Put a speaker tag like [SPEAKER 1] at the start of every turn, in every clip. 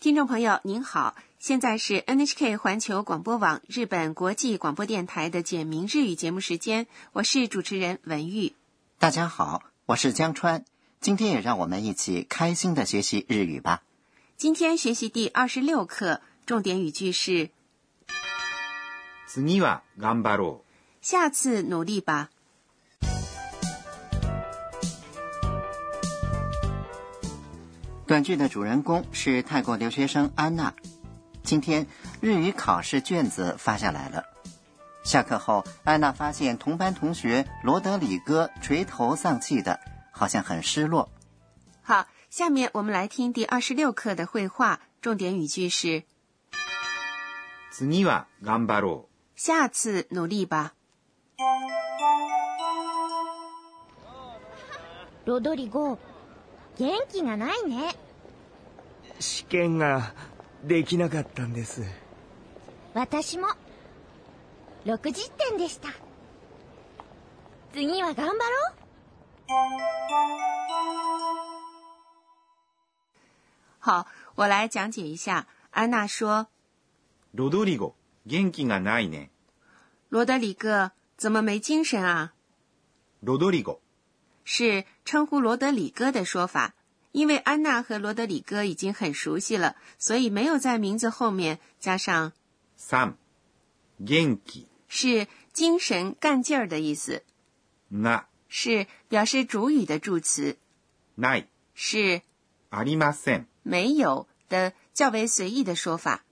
[SPEAKER 1] 听众朋友您好，现在是 NHK 环球广播网日本国际广播电台的简明日语节目时间，我是主持人文玉。
[SPEAKER 2] 大家好，我是江川，今天也让我们一起开心的学习日语吧。
[SPEAKER 1] 今天学习第二十六课，重点语句是
[SPEAKER 3] 次は頑張ろう。
[SPEAKER 1] “下次努力吧
[SPEAKER 2] 短剧的主人公是泰国留学生安娜。今天日语考试卷子发下来了。下课后，安娜发现同班同学罗德里戈垂头丧气的，好像很失落。”。
[SPEAKER 1] 好，下面我们来听第二十六课的绘画，重点语句是
[SPEAKER 3] 次は頑張ろう。
[SPEAKER 1] “下次努力吧
[SPEAKER 4] ロドリゴ元気がないね
[SPEAKER 5] 試験ができなかったんです
[SPEAKER 4] 私も60点でした次は頑張ろう」
[SPEAKER 1] 好，我来讲解一下。安娜说
[SPEAKER 3] ロドリゴ、元気がないね。：“
[SPEAKER 1] 罗德里戈怎么没精神啊？”
[SPEAKER 3] ロドリゴ、
[SPEAKER 1] 是称呼罗德里戈的说法，因为安娜和罗德里戈已经很熟悉了，所以没有在名字后面加上
[SPEAKER 3] 三、元気、
[SPEAKER 1] 是精神干劲儿的意思，
[SPEAKER 3] な、
[SPEAKER 1] 是表示主语的助词，
[SPEAKER 3] ない、
[SPEAKER 1] 是
[SPEAKER 3] ありません、
[SPEAKER 1] 没有的较为随意的说法，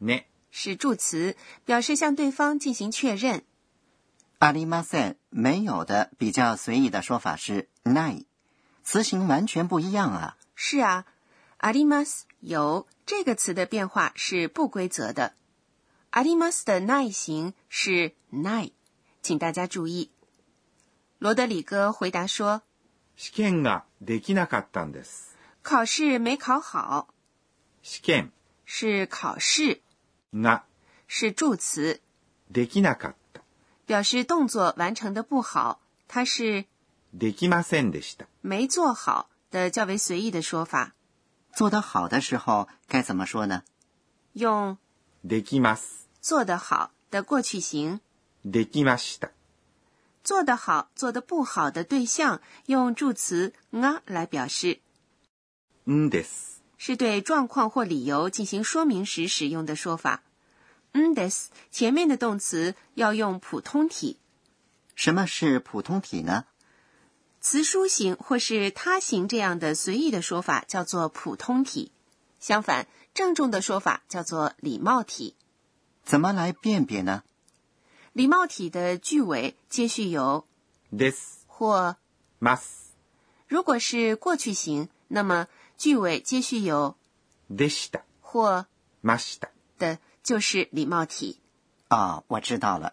[SPEAKER 3] ね。
[SPEAKER 1] 是助词，表示向对方进行确认。
[SPEAKER 2] 阿里马森没有的比较随意的说法是 “nine”，词形完全不一样啊。
[SPEAKER 1] 是啊，あります有这个词的变化是不规则的。あります的奈形是ない，请大家注意。罗德里戈回答说
[SPEAKER 3] 試験ができなかったんです。：“
[SPEAKER 1] 考试没考好，
[SPEAKER 3] 試験
[SPEAKER 1] 是考试，
[SPEAKER 3] が
[SPEAKER 1] 是助词，
[SPEAKER 3] できなかった。
[SPEAKER 1] 表示动作完成的不好，它是
[SPEAKER 3] できませんでした。
[SPEAKER 1] 没做好的较为随意的说法，
[SPEAKER 2] 做得好的时候该怎么说呢？
[SPEAKER 1] 用
[SPEAKER 3] できます。
[SPEAKER 1] 做得好的过去形。”
[SPEAKER 3] できました。
[SPEAKER 1] 做得好、做得不好的对象，用助词啊来表示，
[SPEAKER 3] んです。
[SPEAKER 1] 是对状况或理由进行说明时使用的说法。嗯 this 前面的动词要用普通体，
[SPEAKER 2] 什么是普通体呢？
[SPEAKER 1] 词书形或是他形这样的随意的说法叫做普通体，相反，郑重的说法叫做礼貌体。
[SPEAKER 2] 怎么来辨别呢？
[SPEAKER 1] 礼貌体的句尾接续有
[SPEAKER 3] です。
[SPEAKER 1] 或，
[SPEAKER 3] ます。
[SPEAKER 1] 如果是过去形，那么句尾接续有
[SPEAKER 3] でした。
[SPEAKER 1] 或
[SPEAKER 3] ました。
[SPEAKER 1] 的，就是礼貌体。
[SPEAKER 2] 哦，我知道了。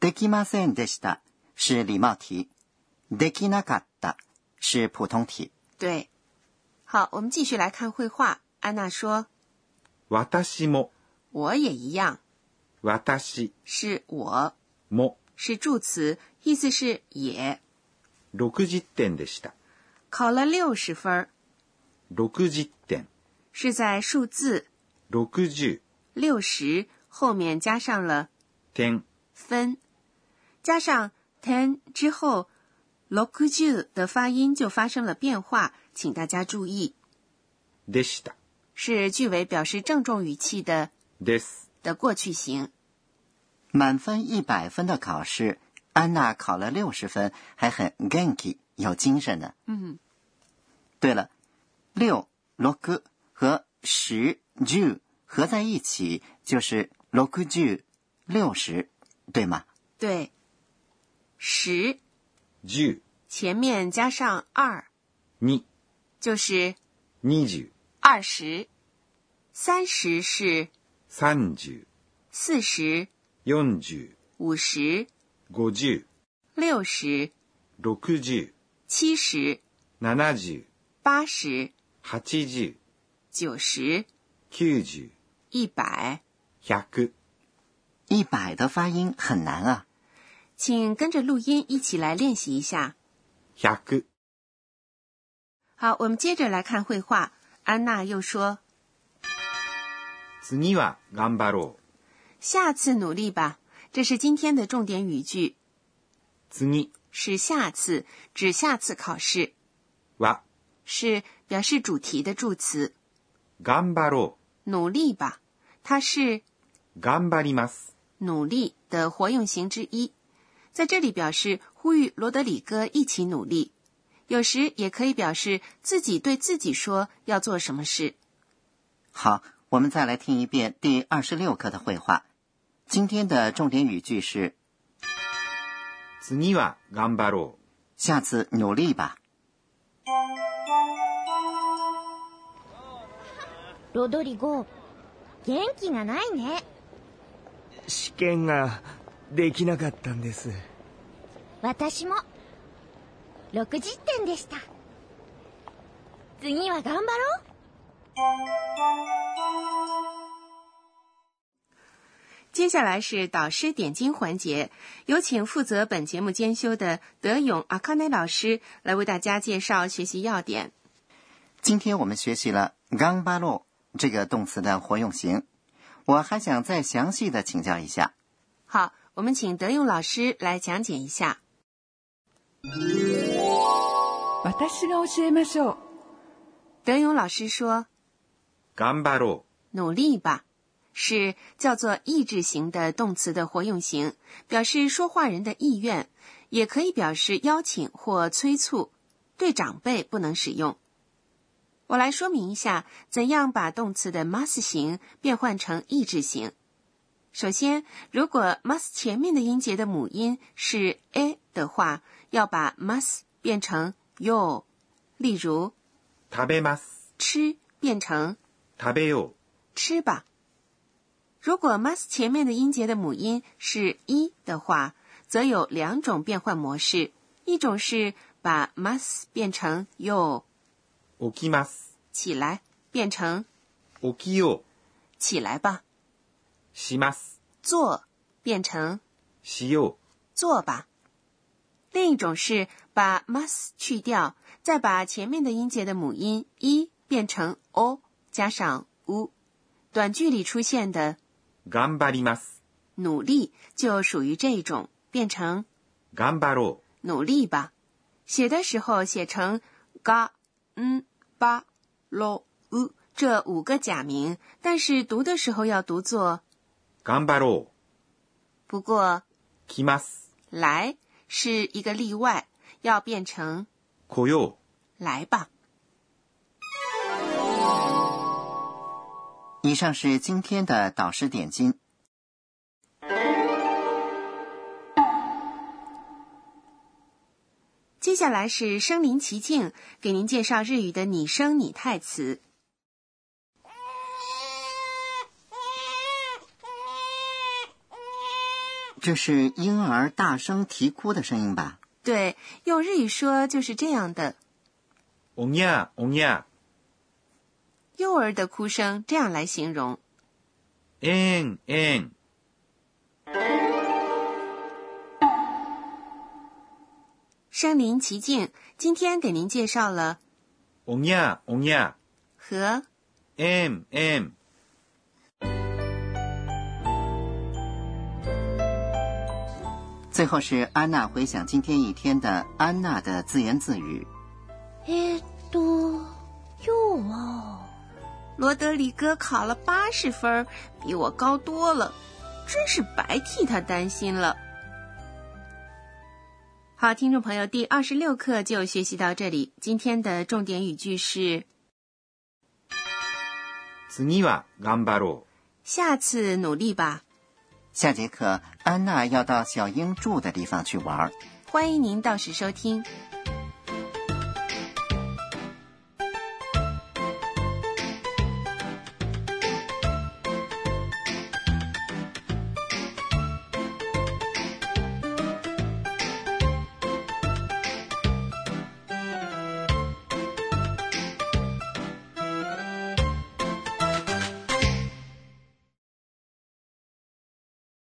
[SPEAKER 2] できませんでした是礼貌体，できなかった是普通体。
[SPEAKER 1] 对，好，我们继续来看绘画。安娜说
[SPEAKER 3] 私も、：“
[SPEAKER 1] 我也一样，
[SPEAKER 3] 私
[SPEAKER 1] 是我，
[SPEAKER 3] も
[SPEAKER 1] 是助词，意思是也。
[SPEAKER 3] 60点でした。
[SPEAKER 1] 考了六十分儿，
[SPEAKER 3] 60点、
[SPEAKER 1] 是在数字
[SPEAKER 3] 60
[SPEAKER 1] 六十后面加上了
[SPEAKER 3] 点、
[SPEAKER 1] 分，加上 ten 之后 l o k j u 的发音就发生了变化，请大家注意，
[SPEAKER 3] でした。
[SPEAKER 1] 是句尾表示郑重语气的
[SPEAKER 3] です。
[SPEAKER 1] 的过去形。
[SPEAKER 2] 满分一百分的考试，安娜考了六十分，还很 ganky 有精神呢。嗯，对了，六、六和十、十合在一起就是六十六十，对吗？
[SPEAKER 1] 对，十
[SPEAKER 3] 10、
[SPEAKER 1] 前面加上二
[SPEAKER 3] 2、
[SPEAKER 1] 就是。
[SPEAKER 3] 20、
[SPEAKER 1] 二十、三十是
[SPEAKER 3] 30、
[SPEAKER 1] 四十、
[SPEAKER 3] 40、
[SPEAKER 1] 五十、
[SPEAKER 3] 50、
[SPEAKER 1] 六十、
[SPEAKER 3] 60、
[SPEAKER 1] 七十、
[SPEAKER 3] 70、
[SPEAKER 1] 八十、
[SPEAKER 3] 80、
[SPEAKER 1] 九十、
[SPEAKER 3] 90、
[SPEAKER 1] 一百，
[SPEAKER 3] 100。
[SPEAKER 2] 一百的发音很难啊。
[SPEAKER 1] 请跟着录音一起来练习一下。
[SPEAKER 3] 100
[SPEAKER 1] 好，我们接着来看绘画。安娜又说
[SPEAKER 3] 次は頑張ろう。
[SPEAKER 1] 下次努力吧。这是今天的重点语句，
[SPEAKER 3] 次
[SPEAKER 1] 是下次，指下次考试，
[SPEAKER 3] は
[SPEAKER 1] 是表示主题的助词。
[SPEAKER 3] 頑張ろ
[SPEAKER 1] 努力吧，它是
[SPEAKER 3] う。頑張ります。
[SPEAKER 1] 努力的活用型之一，在这里表示呼吁罗德里戈一起努力，有时也可以表示自己对自己说要做什么事。
[SPEAKER 2] 好，我们再来听一遍第二十六课的绘画。今天的重点语句是
[SPEAKER 3] 次は頑張ろう。
[SPEAKER 2] “下次努力吧
[SPEAKER 4] ロドリゴ元気がないね
[SPEAKER 5] 試験ができなかったんです
[SPEAKER 4] 私も60点でした次は頑張ろう
[SPEAKER 1] 接下来是导师点睛环节，有请负责本节目监修的德勇阿卡内老师来为大家介绍学习要点。”。
[SPEAKER 2] 今天我们学习了“刚巴洛”这个动词的活用型。我还想再详细的请教一下。
[SPEAKER 1] 好，我们请德勇老师来讲解一下。
[SPEAKER 6] 私が教えましょう。
[SPEAKER 1] 德勇老师说
[SPEAKER 3] 頑張ろ：“
[SPEAKER 1] 努力吧”是叫做意志型的动词的活用型，表示说话人的意愿，也可以表示邀请或催促，对长辈不能使用。我来说明一下怎样把动词的 must 型变换成意志型。首先，如果 must 前面的音节的母音是 a 的话，要把 must 变成 yo。例如，
[SPEAKER 3] う。食べます。
[SPEAKER 1] 吃变成
[SPEAKER 3] 食べよう。
[SPEAKER 1] 吃吧。如果 must 前面的音节的母音是一的话，则有两种变换模式，一种是把 must 变成 yo
[SPEAKER 3] 起きます。
[SPEAKER 1] 起来，变成
[SPEAKER 3] 起きよう。
[SPEAKER 1] 起来吧；
[SPEAKER 3] します。
[SPEAKER 1] 做变成
[SPEAKER 3] しよ
[SPEAKER 1] 做吧。另一种是把 must 去掉，再把前面的音节的母音一变成 o，加上 u。短句里出现的
[SPEAKER 3] う。頑張ります。
[SPEAKER 1] 努力就属于这种，变成
[SPEAKER 3] 頑張ろ
[SPEAKER 1] 努力吧。写的时候写成嘎、嗯、巴、咯、u 这五个假名，但是读的时候要读作。
[SPEAKER 3] う。頑張ろう。
[SPEAKER 1] 不过
[SPEAKER 3] 来ます。
[SPEAKER 1] 来是一个例外，要变成
[SPEAKER 3] 来よ
[SPEAKER 1] 来吧。
[SPEAKER 2] 以上是今天的导师点睛。
[SPEAKER 1] 接下来是身临其境，给您介绍日语的拟声拟态词。
[SPEAKER 2] 这是婴儿大声啼哭的声音吧？
[SPEAKER 1] 对，用日语说就是这样的。
[SPEAKER 3] う。おにゃおにゃ。
[SPEAKER 1] 幼儿的哭声这样来形容。
[SPEAKER 3] えんえん。
[SPEAKER 1] 身临其境，今天给您介绍了
[SPEAKER 3] おにゃおにゃ。
[SPEAKER 1] 和
[SPEAKER 3] えんえん。
[SPEAKER 2] 最后是安娜回想今天一天的安娜的自言自语。
[SPEAKER 4] えーっと今日は
[SPEAKER 1] 罗德里戈考了八十分儿，比我高多了，真是白替他担心了。好，听众朋友，第二十六课就学习到这里。今天的重点语句是
[SPEAKER 3] 次は頑張ろ
[SPEAKER 1] “下次努力吧”。
[SPEAKER 2] 下节课，安娜要到小英住的地方去玩儿。
[SPEAKER 1] 欢迎您到时收听。